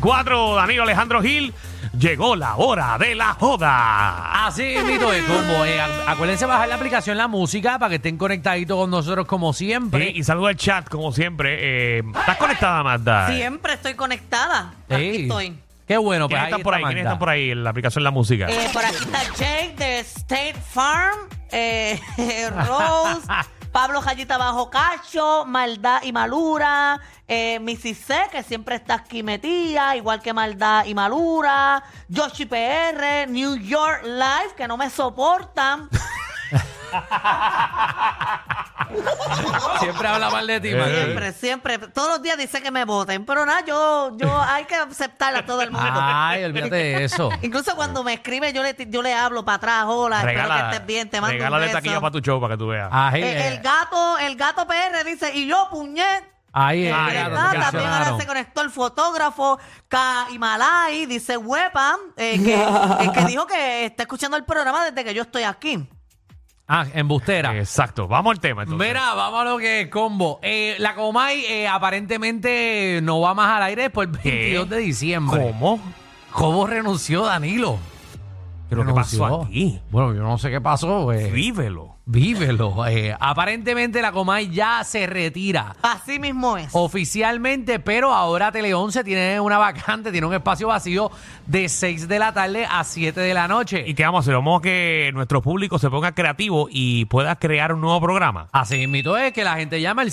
994, Danilo Alejandro Gil. Llegó la hora de la joda. Así mito es como eh, Ah. ac- acuérdense bajar la aplicación La Música para que estén conectaditos con nosotros como siempre. Y, y saluda el chat, como siempre. Eh, ¿Estás conectada, Magda? Siempre estoy conectada. Sí. Aquí estoy. Qué bueno, pues ¿Quiénes ahí están por ahí? ¿Quiénes están por ahí en la aplicación La Música? Eh, por aquí está Jake de State Farm, eh, Rose, Pablo Jallita Bajo Cacho, Maldad y Malura, eh, Missy C, que siempre está aquí metida, igual que Maldad y Malura, Yoshi PR, New York Live, que no me soportan. Siempre habla mal de ti, man. Siempre, siempre. Todos los días dice que me voten, pero nada, yo, yo hay que aceptar a todo el mundo. Ay, olvídate de eso. Incluso cuando me escribe, yo le, yo le hablo para atrás, hola, espero que estés bien, te mando un regálale beso. taquilla para tu show para que tú veas. Ahí, Eh, eh, el gato, el gato PR dice, y yo puñet. ahí, eh, Ah, claro, ¿verdad? te También ahora cancionaron. se conectó el fotógrafo K. Himalay, dice Wepa, eh, que, eh, que dijo que está escuchando el programa desde que yo estoy aquí. Ah, embustera. Exacto. Vamos al tema entonces. Mira, vamos a lo que es combo. Eh, la Comay eh, aparentemente no va más al aire después del ¿Qué? 22 de diciembre. ¿Cómo? ¿Cómo renunció Danilo? ¿Pero qué pasó aquí? Bueno, yo no sé qué pasó. eh. Vívelo. Vívelo. eh. Aparentemente la Comay ya se retira Así mismo es. oficialmente, pero ahora Tele 11 tiene una vacante, tiene un espacio vacío de 6 de la tarde a 7 de la noche. ¿Y qué vamos a hacer? Vamos a que nuestro público se ponga creativo y pueda crear un nuevo programa. Así mito es que la gente llama el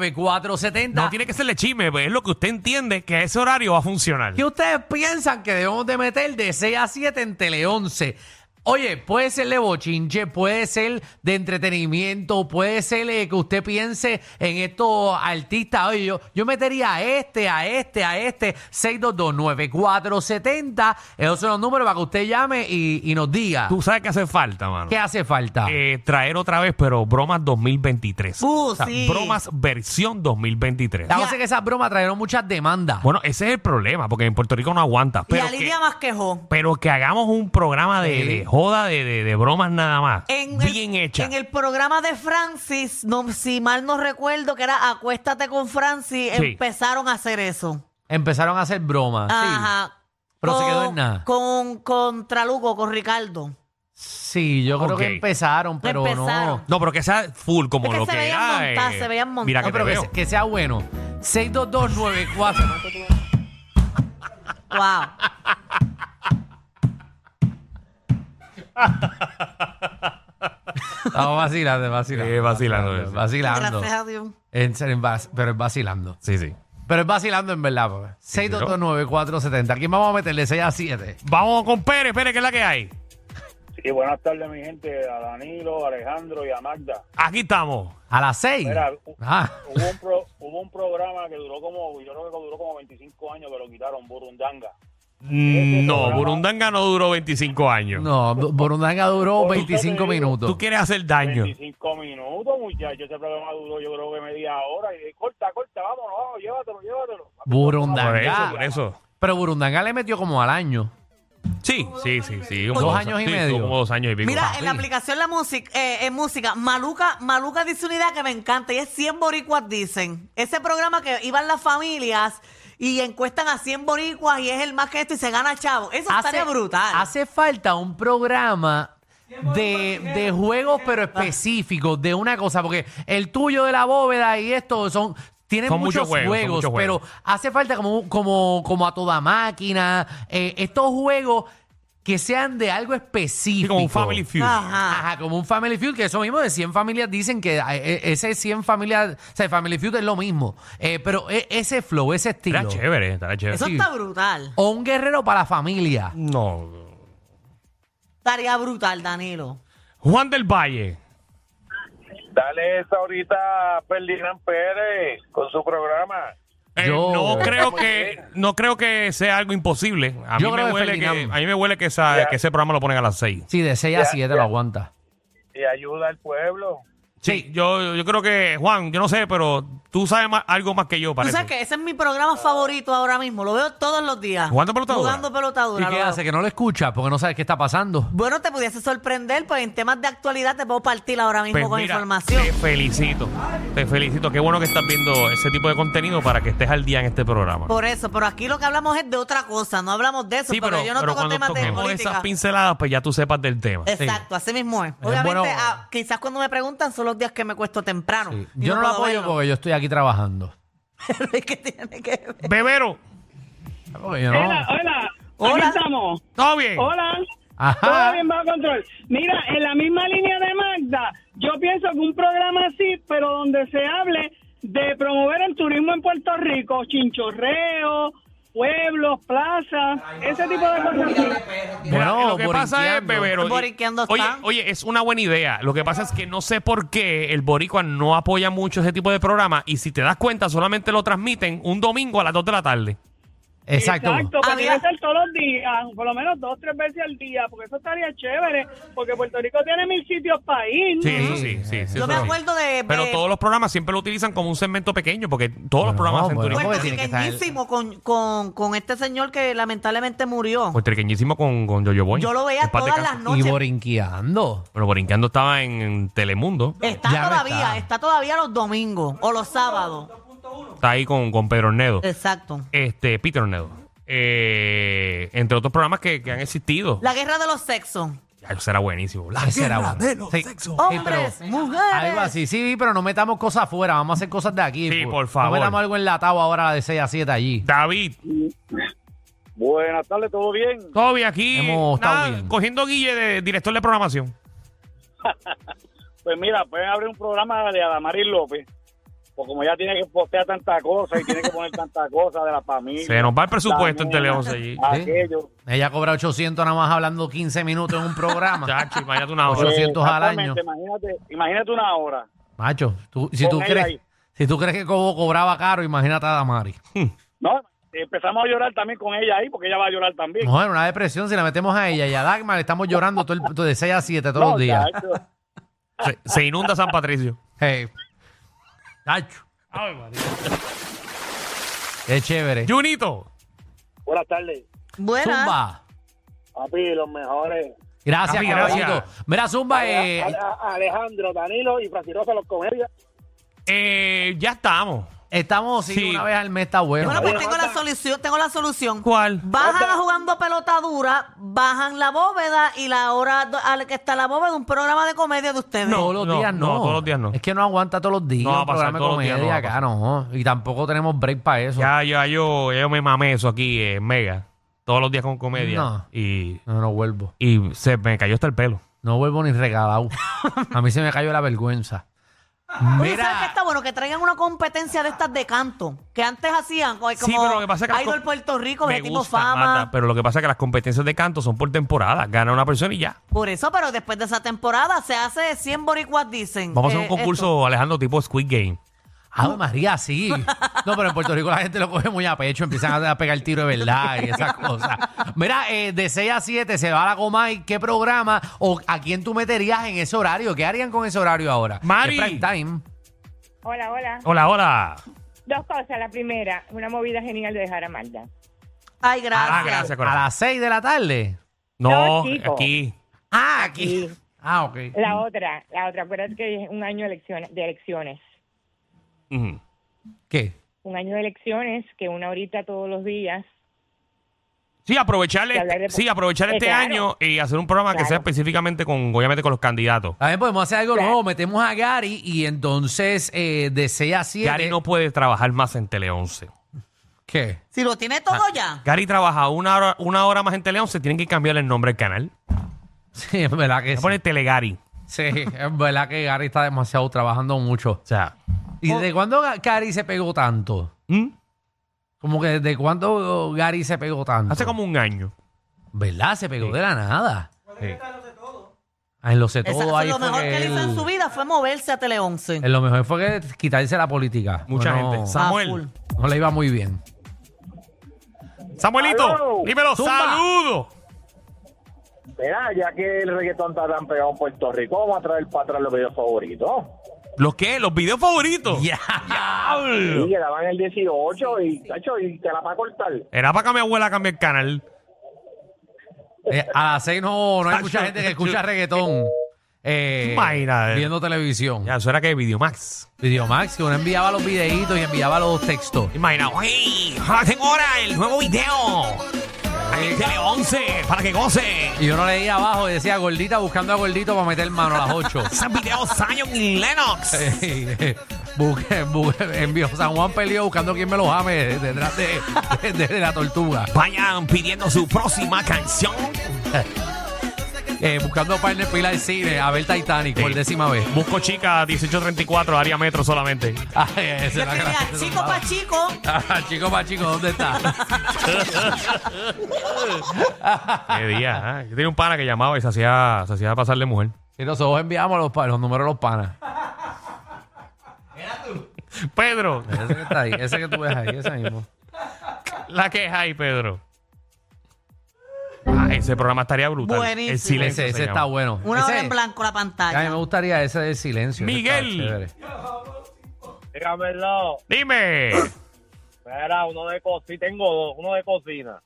6229470. No tiene que serle chisme, pues, es lo que usted entiende que a ese horario va a funcionar. ¿Qué ustedes piensan que debemos de meter de 6 a 7 en Tele 11? Oye, puede ser de bochinche, puede ser de entretenimiento, puede ser eh, que usted piense en estos artistas. Oye, yo, yo metería a este, a este, a este, 6229470. Esos son los números para que usted llame y, y nos diga Tú sabes que hace falta, mano. qué hace falta. Eh, traer otra vez, pero bromas 2023. Ah. Uh, O sea, sí. Ah. Bromas versión 2023. La cosa es que esas bromas trajeron muchas demandas. Bueno, ese es el problema, porque en Puerto Rico no aguanta. y Pero, a que, Lidia más quejó. pero que hagamos un programa de, Sí. de joda, de, de- de bromas nada más. En el- bien hecha. En el programa de Francis, no- si mal no recuerdo, que era Acuéstate con Francis, Sí. empezaron a hacer eso. Empezaron a hacer bromas. sí. Ajá. Pero se Con- quedó en nada. Con, contra Lugo, con Ricardo. Sí, yo creo Ok. que empezaron, pero no. Empezaron. No, pero que sea full como Es que lo se que veían era, eh, montadas, se veían montadas. Mira que te No, pero que, veo. se- que sea bueno. 62294. Wow. Estamos vacilando, vacilando. Sí, vacilando, sí. Vacilando. Gracias a Dios. En serio, en vac- pero es vacilando. Sí, sí. Pero es vacilando en verdad. porque. 6229470. ¿Quién vamos a meterle 6 a 7? Vamos con Pérez, Pérez, que es la que hay. Sí, buenas tardes, mi gente, a Danilo, a Alejandro y a Magda. Aquí estamos. ¿A las 6? Mira, u- Ah, hubo, un pro- hubo un programa que duró como, yo creo que duró como 25 años que lo quitaron, Burundanga. Mm, No, Burundanga no duró 25 años. no, Du- Burundanga duró Por eso te 25 digo. minutos. Tú quieres hacer daño. 25 minutos, muchachos, ese programa duró yo creo que media hora. Y dije, corta, corta, vámonos, vamos, llévatelo, llévatelo. Por Burundanga. eso, por eso. Pero Burundanga le metió como al año. Sí, sí, sí, sí. como Dos años y sí, medio. Como dos años y pico. Mira, Ah, en la aplicación la música, eh, en música, Maluca, Maluca dice una idea que me encanta y es 100 boricuas dicen. Ese programa que iban las familias y encuestan a 100 boricuas y es el más que esto y se gana chavo. Eso estaría brutal. Hace falta un programa de, de juegos, Ah. pero específicos, de una cosa, porque el tuyo de la bóveda y esto son. Tienen Son muchos muchos, juegos, son juegos, muchos pero juegos. hace falta como, como, como a toda máquina, eh, estos juegos que sean de algo sí, específico. como un Family Feud. Ajá. Ajá, como un Family Feud, que eso mismo de 100 familias dicen que eh, eh, ese 100 familias, o sea, Family Feud es lo mismo, Eh, pero eh, ese flow, ese Estará estilo. chévere, estará chévere. Eso sí. está brutal. O un guerrero para la familia. No. Estaría brutal, Danilo. Juan del Valle. Pues, Dale esa ahorita a Ferdinand Pérez con su programa. Eh, Yo- no creo que no creo que sea algo imposible. A mí Yo creo me que huele que, Ferdinand. a mí me huele que, esa- Ya. que ese programa lo ponen a las 6. Sí, de 6 a Ya, 7 lo ya. aguanta. Y ayuda al pueblo. Sí, yo yo creo que Juan, yo no sé, pero Tú sabes más- algo más que yo, Tú parece. sabes que ese es mi programa favorito ahora mismo. Lo veo todos los días. ¿Jugando pelota dura? Jugando pelota dura, ¿Y lo qué veo. hace? Que no lo escucha porque no sabe qué está pasando. Bueno, te pudiese sorprender, pues en temas de actualidad te puedo partir ahora mismo Pues con mira, información. Te felicito. Te felicito. Qué bueno que estás viendo ese tipo de contenido para que estés al día en este programa. Por eso, pero aquí lo que hablamos es de otra cosa, no hablamos de eso, sí, porque pero, yo no pero toco cuando temas de toquemos política. esas Eh, pinceladas, pues ya tú sepas del tema. Exacto, así mismo es. Es Obviamente, bueno- ah, quizás cuando me preguntan son los días que me cuesto temprano. Sí. y Yo no lo puedo apoyo verlo. porque yo estoy aquí trabajando. Pero es que tiene que ver. Bebero, Ah, Porque yo no- Hola, hola. Hola. Aquí estamos. ¿todo bien? Hola. Ajá. Todo bien bajo control. Mira, en la misma línea de Magda, yo pienso que un programa así, pero donde se hable de promover el turismo en Puerto Rico, chinchorreo, pueblos, plazas, ese tipo de cosas. así. Mira, Bueno, lo que pasa es, borinqueando. Bebero. y- Borinqueando oye, están. oye, es una buena idea. Lo que pasa es que no sé por qué el Boricua no apoya mucho ese tipo de programa y si te das cuenta, solamente lo transmiten un domingo a las 2 de la tarde. Exacto. Exacto, pero Había- debe ser todos los días, por lo menos dos, tres veces al día, porque eso estaría chévere, porque Puerto Rico tiene mil sitios para ir. Sí, eso sí, sí. sí, Mm. Yo eso me sí. acuerdo de. Pero de- todos los programas siempre lo utilizan como un segmento pequeño, porque todos los No, programas hacen bueno. turismo. Porque tiene que estar- puertorriqueñísimo con, con, con este señor que lamentablemente murió. Pues, Puertorriqueñísimo con, con Yoyo Boy. Yo lo veía En paz todas descanse. las Y noches. borinqueando. Bueno, Borinqueando estaba en, en Telemundo. Está Ya no todavía, está. está. todavía los domingos o los sábados. Está ahí con, con Pedro Ornedo. Exacto. Este, Peter Ornedo. Eh, entre otros programas que, que han existido. La guerra de los sexos. Ay, Eso era buenísimo. La Ese era guerra bueno. de los Sí. sexos. Sí, Hombres, pero- mujeres. Algo así, sí, pero no metamos cosas afuera, vamos a hacer cosas de aquí. Sí, pues. por favor. No metamos algo enlatado ahora de 6 a 7 allí. David, Buenas tardes, ¿todo bien? todo bien aquí. Hemos estado bien. Cogiendo Guille de director de programación. Pues mira, pueden abrir un programa de Adamaris López. Pues como ya tiene que postear tantas cosas y tiene que poner tantas cosas de la familia. Se nos va el presupuesto en la nena, Teleonce allí. Aquello. Ella cobra 800 nada más hablando 15 minutos en un programa. Chacho, imagínate una hora. 800 al año. Exactamente, Imagínate, imagínate una hora. Macho, tú- si, Con tú él crees, ahí. si tú crees que Cobo cobraba caro, imagínate a Damari. No, empezamos a llorar también con ella ahí, porque ella va a llorar también. Mujer, una depresión, si la metemos a ella y a Dagmar, le estamos llorando todo el- todo de 6 a 7 todos No, los días. chacho. Se, se inunda San Patricio. Hey. Chacho. Qué chévere. Junito. Buenas tardes. Buenas. Zumba. Papi, los mejores. Gracias, Papi, caballito. gracias. Mira, Zumba, eh, A- a- Alejandro, Danilo y Francirosa, los comedias. Eh, ya estamos. estamos sí, Sí. una vez al mes, está bueno. Bueno, pues tengo la solución, tengo la solución. ¿Cuál? Bajan a jugando pelota dura, bajan la bóveda y la hora do- a la que está la bóveda, un programa de comedia de ustedes. todos los no, días no. no, todos los días no. Es que no aguanta todos los días No va a un pasar, programa de todos los días comedia no va a acá, no. Y tampoco tenemos break para eso. Ya, ya, yo, ya yo me mamé eso aquí en Mega. Todos los días con comedia. No. Y, No, no vuelvo. y se me cayó hasta el pelo. No vuelvo ni regalado. A mí se me cayó la vergüenza. Oye, ¿sabes qué Mira, está bueno? Que traigan una competencia de estas de canto, que antes hacían como Sí, pero lo que pasa es que las Idol co- Puerto Rico, Me Objetivo gusta, Fama. Magda, pero lo que pasa es que las competencias de canto son por temporada. Gana una persona y ya. Por eso, pero después de esa temporada se hace 100 boricuas, dicen. Vamos a Eh, hacer un concurso, Alejandro, tipo Squid Game. Ave Ah, María, sí. No, pero en Puerto Rico la gente lo coge muy a pecho, empiezan a pegar el tiro de verdad y esas cosas. Mira, eh, de 6 a 7 se va la goma y qué programa o a quién tú meterías en ese horario. ¿Qué harían con ese horario ahora? Mari. Es prime time. Hola, hola. Hola, hola. Dos cosas. La primera, una movida genial de dejar a Magda. esto. Ay, gracias. Ah, gracias, A corazón. las 6 de la tarde. No, No, chico. aquí. Ah, aquí. Sí. Ah, ok. La otra, la otra, acuérdate que es un año de elecciones, de elecciones. Ujú. ¿Qué? Un año de elecciones que una horita todos los días. Sí, aprovecharle, Y hablar de- sí, aprovechar Eh, este claro. año y hacer un programa que Claro. sea específicamente con, obviamente, con los candidatos. También podemos hacer algo Claro. nuevo. Metemos a Gary y entonces eh, de 6 a 7. Gary no puede trabajar más en Tele 11. ¿Qué? Si lo tiene todo Ah, ya. Gary trabaja una hora, una hora más en Tele 11, tienen que cambiarle el nombre al canal. Sí, es verdad que Se sí. pone Tele Gary. Sí, es verdad que Gary está demasiado trabajando mucho. O sea, ¿Y Oh. desde cuándo Ga- Gary se pegó tanto? ¿Mm? Como que desde cuándo Gary se pegó tanto. hace como un año. ¿Verdad? Se pegó Sí. de la nada. Sí. Ah, en los sé todo Exacto, ahí lo fue mejor que él hizo en él- su vida fue moverse a Tele 11. en lo mejor fue que quitarse la política. Mucha Bueno, gente. Samuel. Ah, full. No le iba muy bien. Samuelito, Aló. dímelo, Zumba. saludo. Mira, ya que el reggaetón está tan pegado en Puerto Rico, vamos a traer para atrás los videos favoritos. ¿Los qué? ¿Los videos favoritos? Ya. ¡Diablo! Sí, daban el 18 y, tacho, y te la va a cortar. Era para que mi abuela cambie el canal. Eh, a las seis no, no hay Tacho, mucha gente que tacho. escucha reggaetón. Eh, Imagínate. viendo televisión. Ya, eso era que Videomax. Videomax, que uno enviaba los videitos y enviaba los textos. Imagina, ¡hey! Ahora tengo ahora el nuevo video. Aquí en Tele 11, para que goce. Y uno leía abajo y decía gordita buscando a gordito para meter mano a las 8. Ese video Zion y Lennox. Busque, busque, envió San Juan peleó buscando quien me lo jame detrás de, de- de la tortuga. Vayan pidiendo su próxima canción. Eh, buscando partner pila del cine a ver Titanic por Sí. décima vez. Busco chica 1834, área metro solamente. Ay, ese Yo era escribía gracioso. chico pa' chico. Ah, chico pa' chico, ¿dónde está? Qué día, ¿eh? Yo tenía un pana que llamaba y se hacía, se hacía pasar de mujer. y nosotros enviamos los, pa- los números de los panas. Pedro, Ese que está ahí, ese que tú ves ahí, ese mismo. la que es ahí, Pedro. Ah, ese programa estaría brutal. Buenísimo. El silencio. Ese, se ese llama. está bueno. Una Ese- hora en blanco la A mí me pantalla. gustaría ese del silencio. ese está Miguel. chévere. Dígamelo. Dime. Espera, uno de cocina. Tengo dos, uno de cocina.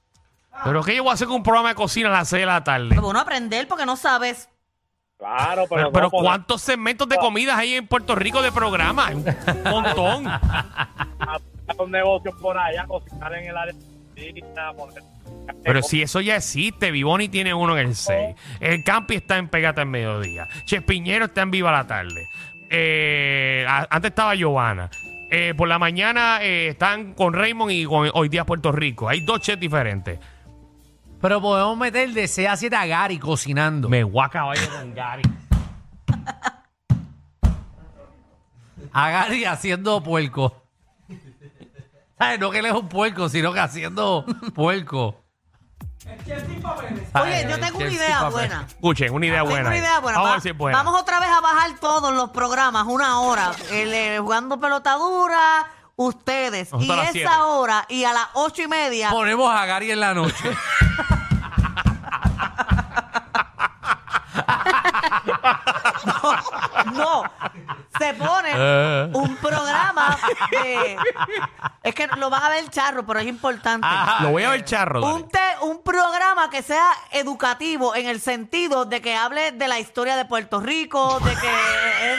¿Pero qué yo voy a hacer con un programa de cocina a las 6 de la tarde? Pero bueno, aprender porque no sabes. Claro, pero. Pero, pero no por- ¿cuántos segmentos de comidas hay en Puerto Rico de programa? Hay Un montón. Hacer un negocio por allá, cocinar en el área de cocina, poner- Pero si eso ya existe, Vivoni tiene uno en el 6. El Campi está en Pegata en Mediodía. Chespiñero está en Viva la Tarde. Eh, a- antes estaba Giovanna. Eh, por la mañana eh, están con Raymond y con Hoy Día Puerto Rico. Hay dos chefs diferentes. Pero podemos meter de C a 7 a Gary cocinando. Me voy a caballo con Gary. A Gary haciendo puerco. Ay, no que él es un puerco, sino que haciendo puerco. Ay, Oye, yo el tengo una chef sin idea papel. buena. Escuchen, una idea buena. Ah, Tengo una ahí. idea buena. Vamos a Va- ver si es buena. Vamos otra vez a bajar todos los programas, una hora, el, eh, jugando pelotadura, ustedes. Nosotros y a las esa siete. hora, y a las ocho y media, Ponemos a Gary en la noche. no, se Eh. pone un programa de... Es que lo van a ver charro, pero es importante. Lo voy a ver charro. dale. Un, te- un programa que sea educativo en el sentido de que hable de la historia de Puerto Rico, de que... eh,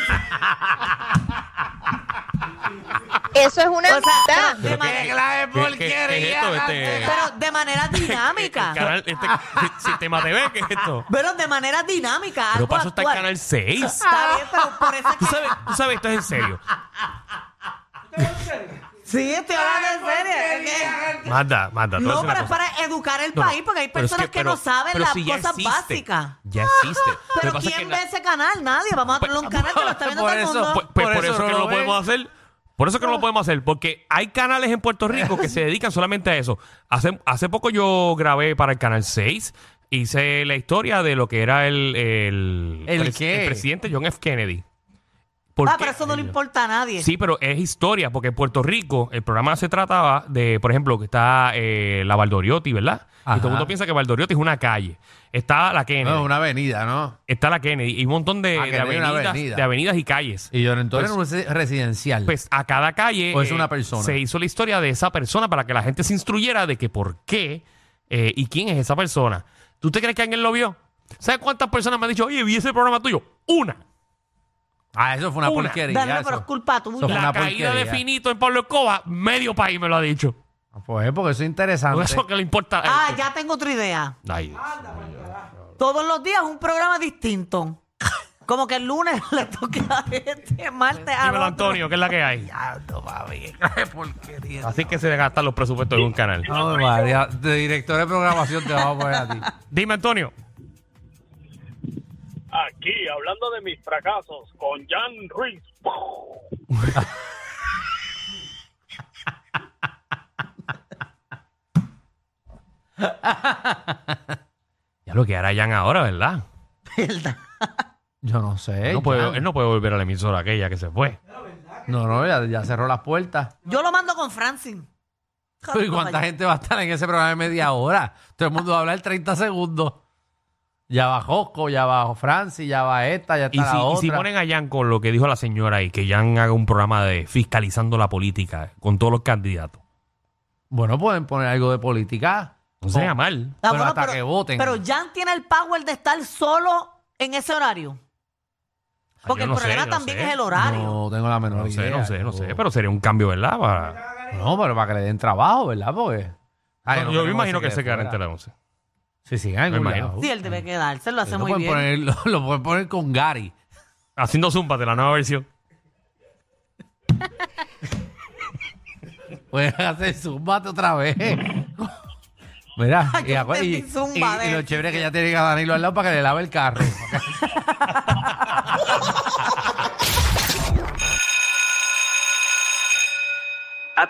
Eso es una o sea, amistad. pero de manera- clave ¿Qué- qué- qué es esto, este? pero de manera El dinámica. canal- este sistema TV, ¿qué es esto? Pero de manera dinámica. Pero algo paso está el actual. canal 6. Está bien, pero por eso es ¿Tú que- sabes, tú sabes, esto es en serio. Sí, estoy hablando en serio. es que- Manda, manda. No, pero es para educar el No, no. país, porque hay Pero es personas que, pero- no saben pero las si ya cosas existe. básicas. Ya existe. Lo que Pero pasa es ¿quién que ve na- ese canal? Nadie. Vamos a poner un canal que lo está viendo por todo el eso, mundo. Pues, pues, por, eso, que no lo ven. podemos hacer. Por eso que no lo podemos hacer, porque hay canales en Puerto Rico que se dedican solamente a eso. Hace, hace poco yo grabé para el Canal 6, hice la historia de lo que era el, el, ¿El pres- qué? el presidente John F. Kennedy. ¿Por ah, qué? pero eso no le importa a nadie. Sí, pero es historia, porque en Puerto Rico el programa se trataba de, por ejemplo, que está eh, la Valdoriotti, ¿verdad? Ajá. Y todo el mundo piensa que Valdoriotti es una calle. Está la Kennedy. No, una avenida, ¿no? Está la Kennedy. Y un montón de, Ah, de que tiene una avenidas, avenida. de avenidas y calles. Y yo entonces en un resi- residencial. Pues a cada calle eh, O es una persona. se hizo la historia de esa persona para que la gente se instruyera de que por qué eh, y quién es esa persona. ¿Tú te crees que alguien lo vio? ¿Sabes cuántas personas me han dicho, oye, vi ese programa tuyo? Una. ah, eso fue una, una. porquería. Dale, pero es eso. culpa tuya. Eso fue La una caída de porquería. Finito en Pablo Escoba, medio país me lo ha dicho. Pues porque eso es Por interesante. eso que le importa. a la Ah, gente. ya tengo otra idea. Ay, Dios. Todos los días un programa distinto. Como que el lunes le toca a este, martes a Dímelo, Antonio, que es la que hay. porquería. Así que se le gastan los presupuestos de un canal. No, María, de director de programación te vamos a poner a ti. Dime, Antonio. Aquí, hablando de mis fracasos, con Jan Ruiz. Ya lo que hará Jan ahora, ¿verdad? Yo no pues, eh, sé. no puede- ya. él no puede volver a la emisora aquella que se fue. no, no, ya, ya cerró las puertas. Yo lo mando con Francine. Pero ¿y cuánta gente va a estar en ese programa de media hora? Todo el mundo va a hablar 30 segundos. Ya va Josco, ya va Francis, ya va esta, ya está Y la si, y otra. si ponen a Jan con lo que dijo la señora ahí, que Jan haga un programa de fiscalizando la política con todos los candidatos. Bueno, pueden poner algo de política. No se O- llama mal. Ah, Pero hasta que voten. Pero Jan tiene el power de estar solo en ese horario. Porque Ah, yo el no sé, problema yo no también sé. es el horario. No tengo la menor No sé, idea. no sé, no sé. Yo- Pero sería un cambio, ¿verdad? Para- No, pero para que le den trabajo, ¿verdad? Porque. Ay, Ah, no yo queremos me imagino decir que se quedará en fuera. Tele 11. Sí, sí, en algún imagino. lado. Sí, él Mm. debe quedarse, lo hace Lo muy pueden bien. poner- lo, lo pueden poner con Gary. Haciendo zumba de la nueva versión. Pueden hacer zumbate otra vez. Mira, y, Yo acu- entendí y- zumba y- y de- lo chévere que ya tiene a Danilo al lado para que le lave el carro.